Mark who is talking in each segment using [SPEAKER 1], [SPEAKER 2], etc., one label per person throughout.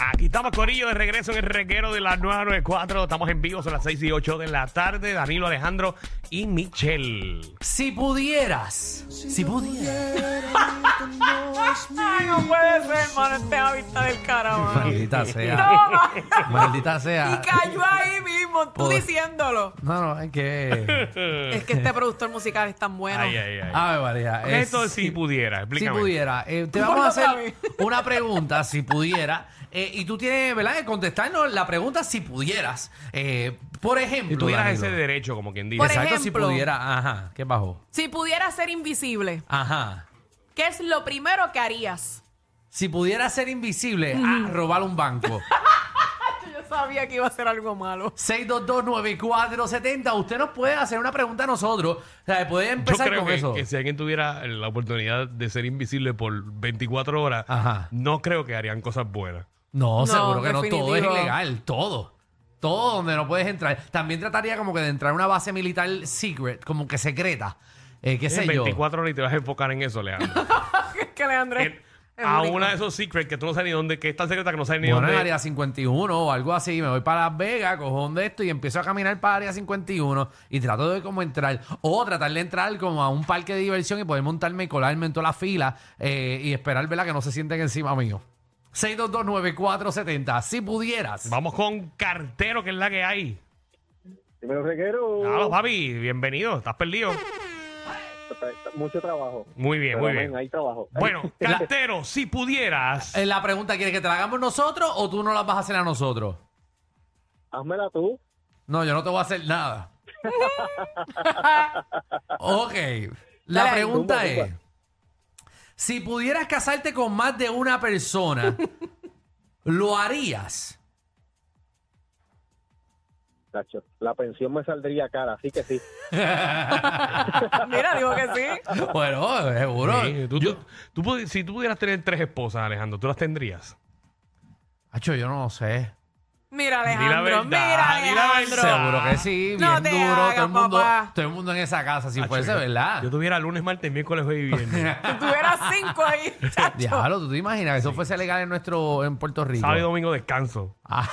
[SPEAKER 1] Aquí estamos Corillo de regreso en el reguero de la 994. Estamos en vivo, son las 6 y 8 de la tarde. Danilo Alejandro y Michelle.
[SPEAKER 2] Si pudieras, si, pudieras.
[SPEAKER 3] Ay, no puede ser, mano, este hábitat del carajo.
[SPEAKER 2] Maldita sea.
[SPEAKER 3] No,
[SPEAKER 2] Maldita
[SPEAKER 3] y
[SPEAKER 2] sea.
[SPEAKER 3] cayó ahí mismo, tú diciéndolo.
[SPEAKER 2] No, no, es que.
[SPEAKER 3] Es que este productor musical es tan bueno.
[SPEAKER 1] Ay, ay, ay.
[SPEAKER 2] A ver, María.
[SPEAKER 1] ¿Qué es
[SPEAKER 2] eh,
[SPEAKER 1] esto de si, pudiera?
[SPEAKER 2] Si
[SPEAKER 1] Explícame.
[SPEAKER 2] pudiera. Eh, te vamos a
[SPEAKER 3] Otra
[SPEAKER 2] hacer
[SPEAKER 3] vez.
[SPEAKER 2] una pregunta, si pudiera. eh, y tú tienes, ¿verdad?, que contestarnos la pregunta si pudieras. Eh, por ejemplo.
[SPEAKER 1] Si tuvieras
[SPEAKER 2] Danilo.
[SPEAKER 1] ese derecho, como quien dice.
[SPEAKER 3] Por
[SPEAKER 2] Exacto, si
[SPEAKER 3] ejemplo.
[SPEAKER 2] pudiera. Ajá. ¿Qué bajó?
[SPEAKER 3] Si pudieras ser invisible,
[SPEAKER 2] Ajá.
[SPEAKER 3] ¿qué es lo primero que harías?
[SPEAKER 2] Si pudiera ser invisible, ah, robar un banco.
[SPEAKER 3] Yo sabía que iba a ser algo malo.
[SPEAKER 2] 6229470. Usted nos puede hacer una pregunta a nosotros. O sea, puede
[SPEAKER 1] Yo
[SPEAKER 2] empezar
[SPEAKER 1] creo
[SPEAKER 2] con
[SPEAKER 1] que,
[SPEAKER 2] eso.
[SPEAKER 1] que si alguien tuviera la oportunidad de ser invisible por 24 horas,
[SPEAKER 2] Ajá.
[SPEAKER 1] no creo que harían cosas buenas.
[SPEAKER 2] No,
[SPEAKER 3] No,
[SPEAKER 2] seguro que no. Todo es
[SPEAKER 3] definitivo.
[SPEAKER 2] ilegal, todo. Todo donde no puedes entrar. También trataría como que de entrar a una base militar secret, como que secreta. Eh, qué sé
[SPEAKER 1] En
[SPEAKER 2] yo.
[SPEAKER 1] 24 horas y te vas a enfocar en eso, Alejandro.
[SPEAKER 3] Es que Leandre.
[SPEAKER 1] En- a una de esos secrets que tú no sabes ni dónde, que es tan secreta que no sabes ni
[SPEAKER 2] Bueno, en
[SPEAKER 1] dónde.
[SPEAKER 2] área 51 o algo así, me voy para Las Vegas, cojón de esto y empiezo a caminar para área 51 y trato de como entrar o tratar de entrar como a un parque de diversión y poder montarme y colarme en toda la fila eh, y esperar, ¿verdad? Que no se sienten encima mío. 6229470, si pudieras.
[SPEAKER 1] Vamos con Cartero, que es la que hay.
[SPEAKER 4] Primero reguero.
[SPEAKER 1] Hola, papi. Bienvenido. Estás perdido.
[SPEAKER 4] Mucho trabajo.
[SPEAKER 1] Muy bien,
[SPEAKER 4] Pero,
[SPEAKER 1] muy
[SPEAKER 4] men,
[SPEAKER 1] bien.
[SPEAKER 4] Hay trabajo.
[SPEAKER 1] Bueno, Cartero, si pudieras.
[SPEAKER 2] Eh, la pregunta, ¿quieres que te la hagamos nosotros o tú no la vas a hacer a nosotros?
[SPEAKER 4] Házmela tú.
[SPEAKER 2] No, yo no te voy a hacer nada. ok. La
[SPEAKER 3] Dale ahí.
[SPEAKER 2] pregunta
[SPEAKER 4] Zumba,
[SPEAKER 2] es:
[SPEAKER 4] zumba.
[SPEAKER 2] si pudieras casarte con más de una persona, ¿lo harías?
[SPEAKER 4] Tacho, la pensión me saldría cara, así que sí.
[SPEAKER 3] Ah, Mira, digo que sí.
[SPEAKER 2] Bueno, seguro.
[SPEAKER 1] Sí, tú- tú- tú pudi- si tú pudieras tener tres esposas, Alejandro, ¿tú las tendrías?
[SPEAKER 2] Hacho, yo no sé.
[SPEAKER 3] Mira,
[SPEAKER 1] la
[SPEAKER 3] Alejandro.
[SPEAKER 1] verdad,
[SPEAKER 3] Mira,
[SPEAKER 1] di la
[SPEAKER 3] Alejandro.
[SPEAKER 1] verdad.
[SPEAKER 2] Seguro que sí, bien
[SPEAKER 3] No te
[SPEAKER 2] duro. todo,
[SPEAKER 3] hagas,
[SPEAKER 2] el mundo,
[SPEAKER 3] papá.
[SPEAKER 2] todo el mundo en esa casa, si
[SPEAKER 1] Hacho,
[SPEAKER 2] fuese,
[SPEAKER 1] yo-
[SPEAKER 2] ¿verdad?
[SPEAKER 1] Yo tuviera lunes, martes, miércoles, jueves y viernes.
[SPEAKER 3] Si tuvieras cinco ahí, chacho.
[SPEAKER 2] Diablo, ¿tú te imaginas que eso fuese legal en nuestro en Puerto Rico?
[SPEAKER 1] Sábado y domingo descanso.
[SPEAKER 2] Ah.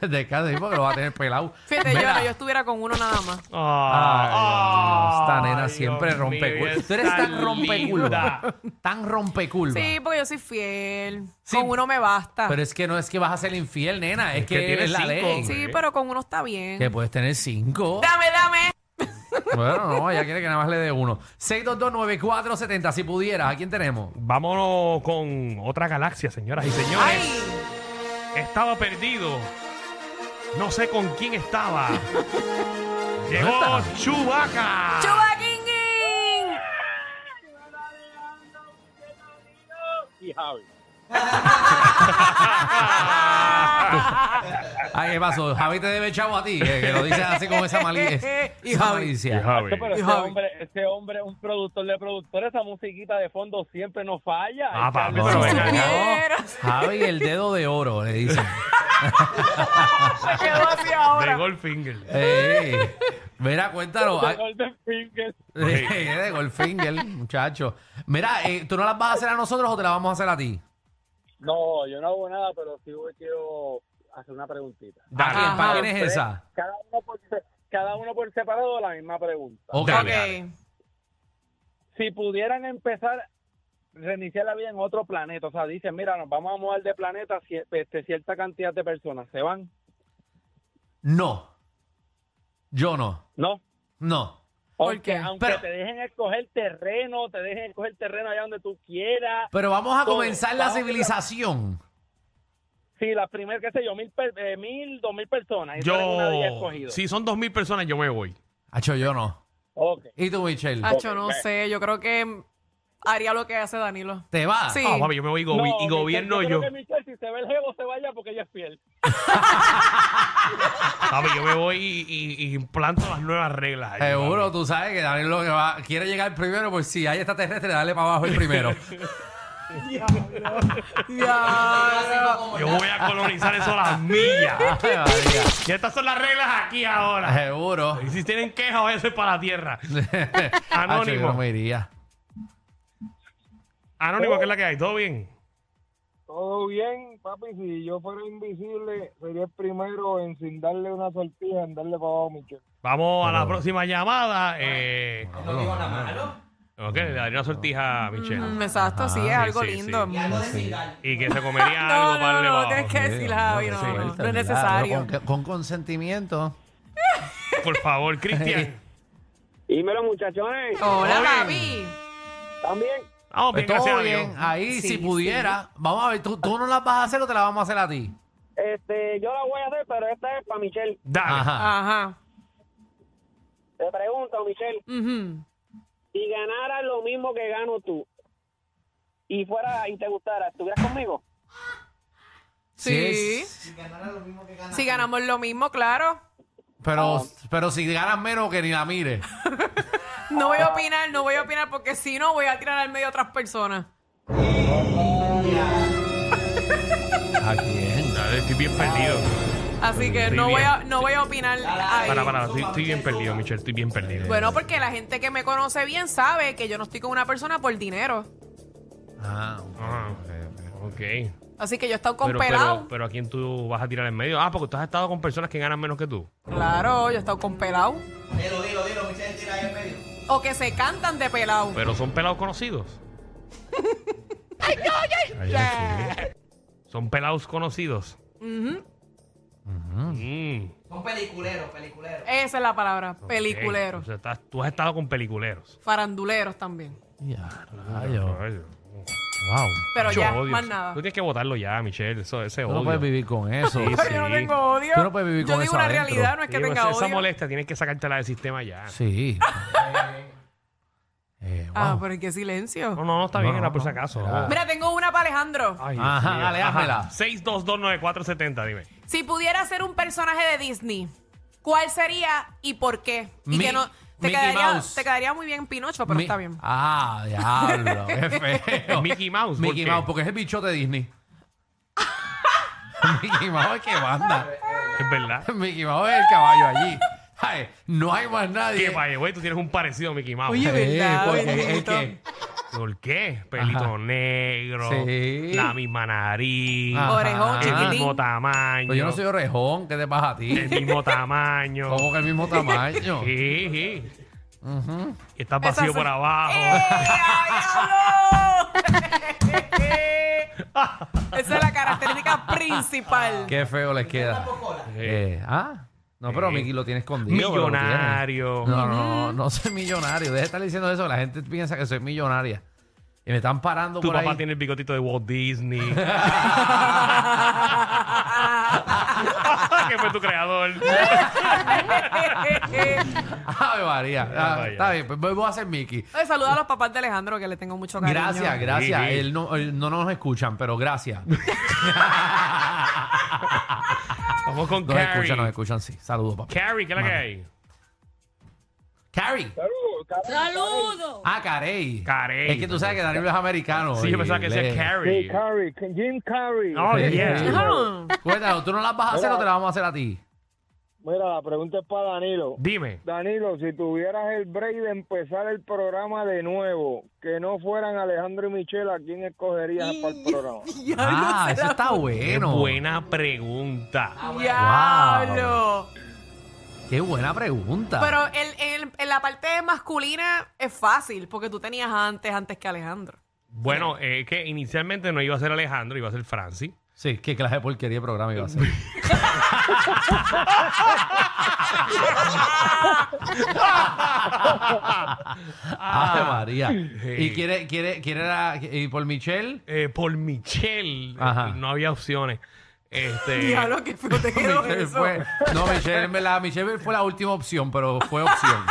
[SPEAKER 2] Descansa, sí, porque lo va a tener pelado.
[SPEAKER 3] Fíjate, yo,
[SPEAKER 2] Mira.
[SPEAKER 3] yo estuviera con uno nada más.
[SPEAKER 2] Ay,
[SPEAKER 1] Ah,
[SPEAKER 2] Dios, esta
[SPEAKER 1] ay,
[SPEAKER 2] nena
[SPEAKER 1] Dios
[SPEAKER 2] siempre
[SPEAKER 1] mío,
[SPEAKER 2] rompe
[SPEAKER 1] ella es
[SPEAKER 2] Tú eres tan rompeculo.
[SPEAKER 1] linda.
[SPEAKER 2] Tan rompeculo.
[SPEAKER 3] Sí, porque yo soy fiel.
[SPEAKER 2] Sí.
[SPEAKER 3] Con uno me basta.
[SPEAKER 2] Pero es que no es que vas a ser infiel, nena. Es,
[SPEAKER 1] Es que
[SPEAKER 2] que,
[SPEAKER 1] tienes
[SPEAKER 2] es la
[SPEAKER 1] cinco.
[SPEAKER 2] ley.
[SPEAKER 3] sí, pero con uno está bien.
[SPEAKER 2] Que puedes tener cinco.
[SPEAKER 3] Dame, dame.
[SPEAKER 2] bueno, no, ella quiere que nada más le dé uno. 6229470, si pudieras. ¿A quién tenemos?
[SPEAKER 1] Vámonos con otra galaxia, señoras y señores.
[SPEAKER 3] Ay.
[SPEAKER 1] Estaba perdido. No sé con quién estaba.
[SPEAKER 2] ¿Dónde
[SPEAKER 1] Llegó
[SPEAKER 2] está?
[SPEAKER 1] Chubaca.
[SPEAKER 3] ¡Chubaquinguín!
[SPEAKER 4] Y Javi.
[SPEAKER 2] Ay, ¿qué pasó? Javi te debe chavo a ti. Que, que lo dices así con esa, mali-
[SPEAKER 3] Y
[SPEAKER 2] esa
[SPEAKER 3] Javi.
[SPEAKER 2] malicia.
[SPEAKER 1] Este,
[SPEAKER 4] Pero
[SPEAKER 3] Y
[SPEAKER 4] ese
[SPEAKER 3] Javi.
[SPEAKER 4] hombre, ese hombre es un productor de productores. Esa musiquita de fondo siempre nos falla.
[SPEAKER 1] Ah,
[SPEAKER 4] Ese
[SPEAKER 1] papi,
[SPEAKER 4] árbitro
[SPEAKER 1] pero
[SPEAKER 4] no
[SPEAKER 1] venga,
[SPEAKER 4] falla.
[SPEAKER 3] supieras.
[SPEAKER 2] Javi, el dedo de oro, le dicen.
[SPEAKER 3] Se quedó así
[SPEAKER 1] De
[SPEAKER 3] ahora.
[SPEAKER 1] Goldfinger.
[SPEAKER 2] Ey, mira, cuéntanos.
[SPEAKER 4] De
[SPEAKER 2] ay,
[SPEAKER 4] Golden Finger.
[SPEAKER 2] Eh, de Goldfinger, muchacho. Mira, eh, ¿tú no las vas a hacer a nosotros o te las vamos a hacer a ti?
[SPEAKER 4] No, yo no hago nada, pero sí voy- quiero hacer una preguntita.
[SPEAKER 2] ¿A
[SPEAKER 1] Dale.
[SPEAKER 2] quién? ¿Para
[SPEAKER 3] Ajá.
[SPEAKER 2] quién es esa?
[SPEAKER 4] Cada uno por, se- cada uno por separado la misma pregunta.
[SPEAKER 2] Ok.
[SPEAKER 1] Dale, dale.
[SPEAKER 3] Ok.
[SPEAKER 4] si pudieran empezar reiniciar la vida en otro planeta, o sea, dicen, mira, nos vamos a mudar de planeta cier- este, cierta cantidad de personas, ¿se van?
[SPEAKER 2] No. Yo no.
[SPEAKER 4] No.
[SPEAKER 2] No.
[SPEAKER 3] ¿Por
[SPEAKER 4] Aunque-
[SPEAKER 3] qué?
[SPEAKER 4] Aunque
[SPEAKER 2] Pero-
[SPEAKER 4] te dejen escoger terreno, te dejen escoger terreno allá donde tú quieras.
[SPEAKER 2] Pero vamos
[SPEAKER 3] Oh,
[SPEAKER 2] a
[SPEAKER 4] Todo.
[SPEAKER 2] comenzar la
[SPEAKER 4] Vamos a-
[SPEAKER 2] civilización.
[SPEAKER 4] Sí, las primeras, qué sé yo, mil, per- eh, mil dos mil personas. y tú eres una de ellas
[SPEAKER 1] Yo,
[SPEAKER 4] escogido.
[SPEAKER 1] si son dos mil personas, yo me voy.
[SPEAKER 2] Hacho, yo no.
[SPEAKER 4] Ok.
[SPEAKER 2] ¿Y tú, Michelle?
[SPEAKER 3] Hacho, no sé. Yo creo que haría lo que hace Danilo.
[SPEAKER 2] ¿Te vas?
[SPEAKER 3] Sí.
[SPEAKER 1] Ah, papi, yo me voy y, gobi-
[SPEAKER 4] No,
[SPEAKER 1] y
[SPEAKER 4] Michelle,
[SPEAKER 1] gobierno
[SPEAKER 4] yo. creo
[SPEAKER 1] yo.
[SPEAKER 4] que Michelle, si se ve el jevo, se vaya porque ella es fiel.
[SPEAKER 1] Papi, yo me voy y, y- y implanto las nuevas reglas. allí,
[SPEAKER 2] Seguro,
[SPEAKER 1] papi.
[SPEAKER 2] tú sabes que Daniel lo que va, quiere llegar primero, pues si hay extraterrestre, dale para abajo el primero.
[SPEAKER 3] Diablo.
[SPEAKER 1] Yo voy a colonizar eso a las millas.
[SPEAKER 2] Ay, María.
[SPEAKER 1] Y estas son las reglas aquí ahora.
[SPEAKER 2] Seguro.
[SPEAKER 1] Y si tienen quejas, váyanse para la tierra.
[SPEAKER 2] Ah, chico, yo no
[SPEAKER 1] Anónimo.
[SPEAKER 2] me iría.
[SPEAKER 1] Anónimo, ¿qué es la que hay? ¿Todo bien?
[SPEAKER 4] Todo bien, papi. Si yo fuera invisible, sería el primero en sin darle una sortija, en darle para abajo a Michelle.
[SPEAKER 1] Vamos a la próxima llamada. Eh, ok, le daría una sortija a Michelle.
[SPEAKER 3] Mm, Exacto, sí, es algo
[SPEAKER 1] sí, sí.
[SPEAKER 3] lindo.
[SPEAKER 1] Y que se comería algo
[SPEAKER 3] No,
[SPEAKER 1] para
[SPEAKER 3] no,
[SPEAKER 1] darle
[SPEAKER 3] no,
[SPEAKER 1] abajo.
[SPEAKER 3] tienes que decir, Javi, no,
[SPEAKER 2] Sí,
[SPEAKER 3] no, no,
[SPEAKER 2] claro,
[SPEAKER 3] es necesario.
[SPEAKER 2] Con, con consentimiento.
[SPEAKER 1] Por favor, Cristian.
[SPEAKER 4] Dímelo, muchachones.
[SPEAKER 1] Oh,
[SPEAKER 3] Hola,
[SPEAKER 1] Todo bien.
[SPEAKER 3] papi.
[SPEAKER 4] También.
[SPEAKER 1] Vamos bien, Ah,
[SPEAKER 2] Pues todo
[SPEAKER 1] gracias a Dios.
[SPEAKER 2] bien. Ahí,
[SPEAKER 3] Sí,
[SPEAKER 2] si pudiera. Vamos a ver, ¿tú, ¿tú no las vas a hacer o te las vamos a hacer a ti?
[SPEAKER 4] Este, yo la voy a hacer, pero esta es para Michelle.
[SPEAKER 1] Dale.
[SPEAKER 2] Ajá.
[SPEAKER 3] Ajá.
[SPEAKER 4] Te pregunto, Michelle,
[SPEAKER 3] Ujú.
[SPEAKER 4] si ganaras lo mismo que gano tú y fuera y te gustara, ¿estuvieras conmigo?
[SPEAKER 3] Sí.
[SPEAKER 2] es-
[SPEAKER 3] Si ganamos lo mismo, claro.
[SPEAKER 2] pero,
[SPEAKER 3] Oh.
[SPEAKER 2] pero si ganas menos, que ni la mires.
[SPEAKER 3] No voy a opinar, no voy a opinar porque si no voy a tirar al medio a otras personas.
[SPEAKER 2] ¿A quién?
[SPEAKER 1] Dale, estoy bien perdido.
[SPEAKER 3] Así que
[SPEAKER 1] Estoy
[SPEAKER 3] no voy a,
[SPEAKER 1] bien.
[SPEAKER 3] no voy a opinar ahí.
[SPEAKER 1] Para, para, estoy, estoy bien perdido, Michelle, estoy bien perdido.
[SPEAKER 3] Bueno, porque la gente que me conoce bien sabe que yo no estoy con una persona por dinero.
[SPEAKER 2] Ah,
[SPEAKER 1] Ah,
[SPEAKER 2] ok, ok.
[SPEAKER 1] ok.
[SPEAKER 3] Así que yo he estado con
[SPEAKER 1] Pero,
[SPEAKER 3] pelado.
[SPEAKER 1] pero, pero a quién tú vas a tirar en medio. Ah, porque tú has estado con personas que ganan menos que tú.
[SPEAKER 3] Claro, yo he estado con pelado. O que se cantan de pelado.
[SPEAKER 1] Pero son pelados conocidos. Ay, Dios mío. Son pelados conocidos.
[SPEAKER 3] Ujú.
[SPEAKER 1] Mm,
[SPEAKER 5] Son peliculeros, peliculeros.
[SPEAKER 3] Esa es la palabra,
[SPEAKER 1] ok. O
[SPEAKER 3] peliculeros.
[SPEAKER 1] sea, estás- tú has estado con peliculeros.
[SPEAKER 3] Faranduleros también.
[SPEAKER 2] Ya, rayo.
[SPEAKER 1] Ay, Dios.
[SPEAKER 2] Wow.
[SPEAKER 3] Pero
[SPEAKER 1] Yo
[SPEAKER 3] ya,
[SPEAKER 1] odio
[SPEAKER 3] más
[SPEAKER 1] eso.
[SPEAKER 3] nada.
[SPEAKER 1] Tú tienes que votarlo ya, Michelle. Eso, ese
[SPEAKER 2] Tú
[SPEAKER 1] odio.
[SPEAKER 2] no puedes vivir con eso.
[SPEAKER 1] Sí,
[SPEAKER 3] Pero yo no
[SPEAKER 1] sí.
[SPEAKER 3] tengo odio.
[SPEAKER 2] Tú no puedes vivir
[SPEAKER 3] yo
[SPEAKER 2] con
[SPEAKER 3] digo
[SPEAKER 2] eso
[SPEAKER 3] una
[SPEAKER 2] adentro.
[SPEAKER 3] realidad, no es que
[SPEAKER 1] Sí,
[SPEAKER 3] tenga
[SPEAKER 1] esa,
[SPEAKER 3] odio.
[SPEAKER 1] esa molestia tienes que sacártela del sistema ya.
[SPEAKER 2] Sí. Eh, wow.
[SPEAKER 3] Ah, pero qué silencio.
[SPEAKER 1] No, no, no está bien,
[SPEAKER 2] No,
[SPEAKER 1] era
[SPEAKER 2] no,
[SPEAKER 1] por si
[SPEAKER 2] no.
[SPEAKER 1] acaso.
[SPEAKER 2] Era-
[SPEAKER 1] no.
[SPEAKER 3] Mira, tengo una para Alejandro.
[SPEAKER 1] Oh, Ay,
[SPEAKER 2] Ajá, dale, házmela.
[SPEAKER 1] 6229470, dime.
[SPEAKER 3] Si pudiera ser un personaje de Disney, ¿cuál sería y por qué?
[SPEAKER 2] Mi-
[SPEAKER 3] Y que no te
[SPEAKER 2] Mickey
[SPEAKER 3] quedaría,
[SPEAKER 2] Mouse.
[SPEAKER 3] te quedaría muy bien Pinocho, pero
[SPEAKER 2] Mi-
[SPEAKER 3] está bien.
[SPEAKER 2] Ah, diablo, qué feo.
[SPEAKER 1] Mickey Mouse, Pues, ¿por
[SPEAKER 2] Mickey
[SPEAKER 1] qué?
[SPEAKER 2] Mouse, porque es el bichote de Disney. Mickey Mouse es que manda.
[SPEAKER 1] Es verdad.
[SPEAKER 2] Mickey Mouse es el caballo allí. Ay, no hay más nadie.
[SPEAKER 1] Qué vaya, güey, tú tienes un parecido a Mickey Mouse.
[SPEAKER 3] Oye,
[SPEAKER 2] Sí,
[SPEAKER 3] verdad,
[SPEAKER 2] porque es
[SPEAKER 3] bendito.
[SPEAKER 2] que-
[SPEAKER 1] ¿Por qué? Pelito
[SPEAKER 2] Ajá.
[SPEAKER 1] negro,
[SPEAKER 2] Sí. Ah.
[SPEAKER 1] la misma nariz,
[SPEAKER 2] Ajá.
[SPEAKER 3] Orejón,
[SPEAKER 1] el mismo
[SPEAKER 3] chiquitín.
[SPEAKER 1] tamaño,
[SPEAKER 2] Pero Pues yo no soy orejón, ¿qué te pasa a ti?
[SPEAKER 1] el mismo tamaño.
[SPEAKER 2] Como que el mismo tamaño.
[SPEAKER 1] Sí, sí. Y estás
[SPEAKER 3] Esa
[SPEAKER 1] vacío
[SPEAKER 3] soy-
[SPEAKER 1] por abajo.
[SPEAKER 3] ¡Ey, ay, ¡Eh! diablo! Esa es la característica principal.
[SPEAKER 2] Qué feo les queda. Eh, ah, no, pero
[SPEAKER 1] Sí.
[SPEAKER 2] Mickey lo tiene escondido. pero lo tiene.
[SPEAKER 1] Millonario.
[SPEAKER 2] No, no, no, no soy millonario. Deja de estar diciendo eso. La gente piensa que soy millonaria. Y me están parando
[SPEAKER 1] Tu
[SPEAKER 2] por
[SPEAKER 1] papá
[SPEAKER 2] ahí.
[SPEAKER 1] tiene el bigotito de Walt Disney. que fue tu creador.
[SPEAKER 2] Ay, María. Ah,
[SPEAKER 1] vaya.
[SPEAKER 2] está bien, pues voy a ser Mickey.
[SPEAKER 3] Ay, saluda a los papás de Alejandro que le tengo mucho cariño.
[SPEAKER 2] Gracias, gracias.
[SPEAKER 1] Sí, sí.
[SPEAKER 2] Él no, él no nos escuchan, pero gracias.
[SPEAKER 1] Vamos con
[SPEAKER 2] Nos
[SPEAKER 1] Carrie.
[SPEAKER 2] escuchan, nos escuchan, sí. Saludos, papá.
[SPEAKER 1] Carrie, ¿qué es la que hay?
[SPEAKER 2] Carrie. Ah, Carey.
[SPEAKER 1] Carey.
[SPEAKER 2] Es que tú sabes que Daniel es americano.
[SPEAKER 1] Sí, yo pensaba que
[SPEAKER 2] es
[SPEAKER 1] decía Carrie.
[SPEAKER 4] Curry, Jim Curry.
[SPEAKER 1] Oh,
[SPEAKER 2] Sí.
[SPEAKER 1] yeah.
[SPEAKER 3] Ah,
[SPEAKER 2] Cuéntanos, ¿tú no las vas a hacer
[SPEAKER 4] Hola.
[SPEAKER 2] o te las vamos a hacer a ti?
[SPEAKER 4] Mira, la pregunta es para Danilo.
[SPEAKER 1] Dime.
[SPEAKER 4] Danilo, si tuvieras el break de empezar el programa de nuevo, que no fueran Alejandro y Michelle, ¿a quién escogerías para el programa?
[SPEAKER 3] diablo,
[SPEAKER 2] Ah,
[SPEAKER 3] se
[SPEAKER 2] eso
[SPEAKER 3] la-
[SPEAKER 2] está
[SPEAKER 1] Qué
[SPEAKER 2] bueno.
[SPEAKER 1] buena pregunta.
[SPEAKER 3] Diablo.
[SPEAKER 2] Qué buena pregunta.
[SPEAKER 3] Pero el, el- en la parte masculina es fácil, porque tú tenías antes, antes que Alejandro.
[SPEAKER 1] Bueno, es que inicialmente no iba a ser Alejandro, iba a ser Francis.
[SPEAKER 2] Sí, qué clase de porquería de programa iba a ser. Ay, María. ¿Y quiere, quiere, quiere la- y por Michelle?
[SPEAKER 1] Eh, por Michelle,
[SPEAKER 2] Ajá.
[SPEAKER 1] eh, no había opciones. Este,
[SPEAKER 3] Diablo, qué feo te quedó
[SPEAKER 2] Michelle
[SPEAKER 3] eso.
[SPEAKER 2] fue, no, Michelle, en verdad, Michelle fue la última opción, pero fue opción.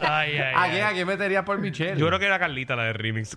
[SPEAKER 1] ay, ay,
[SPEAKER 2] ¿A quién,
[SPEAKER 1] ay.
[SPEAKER 2] a quién metería por Michelle?
[SPEAKER 1] Yo creo que era Carlita la de remix.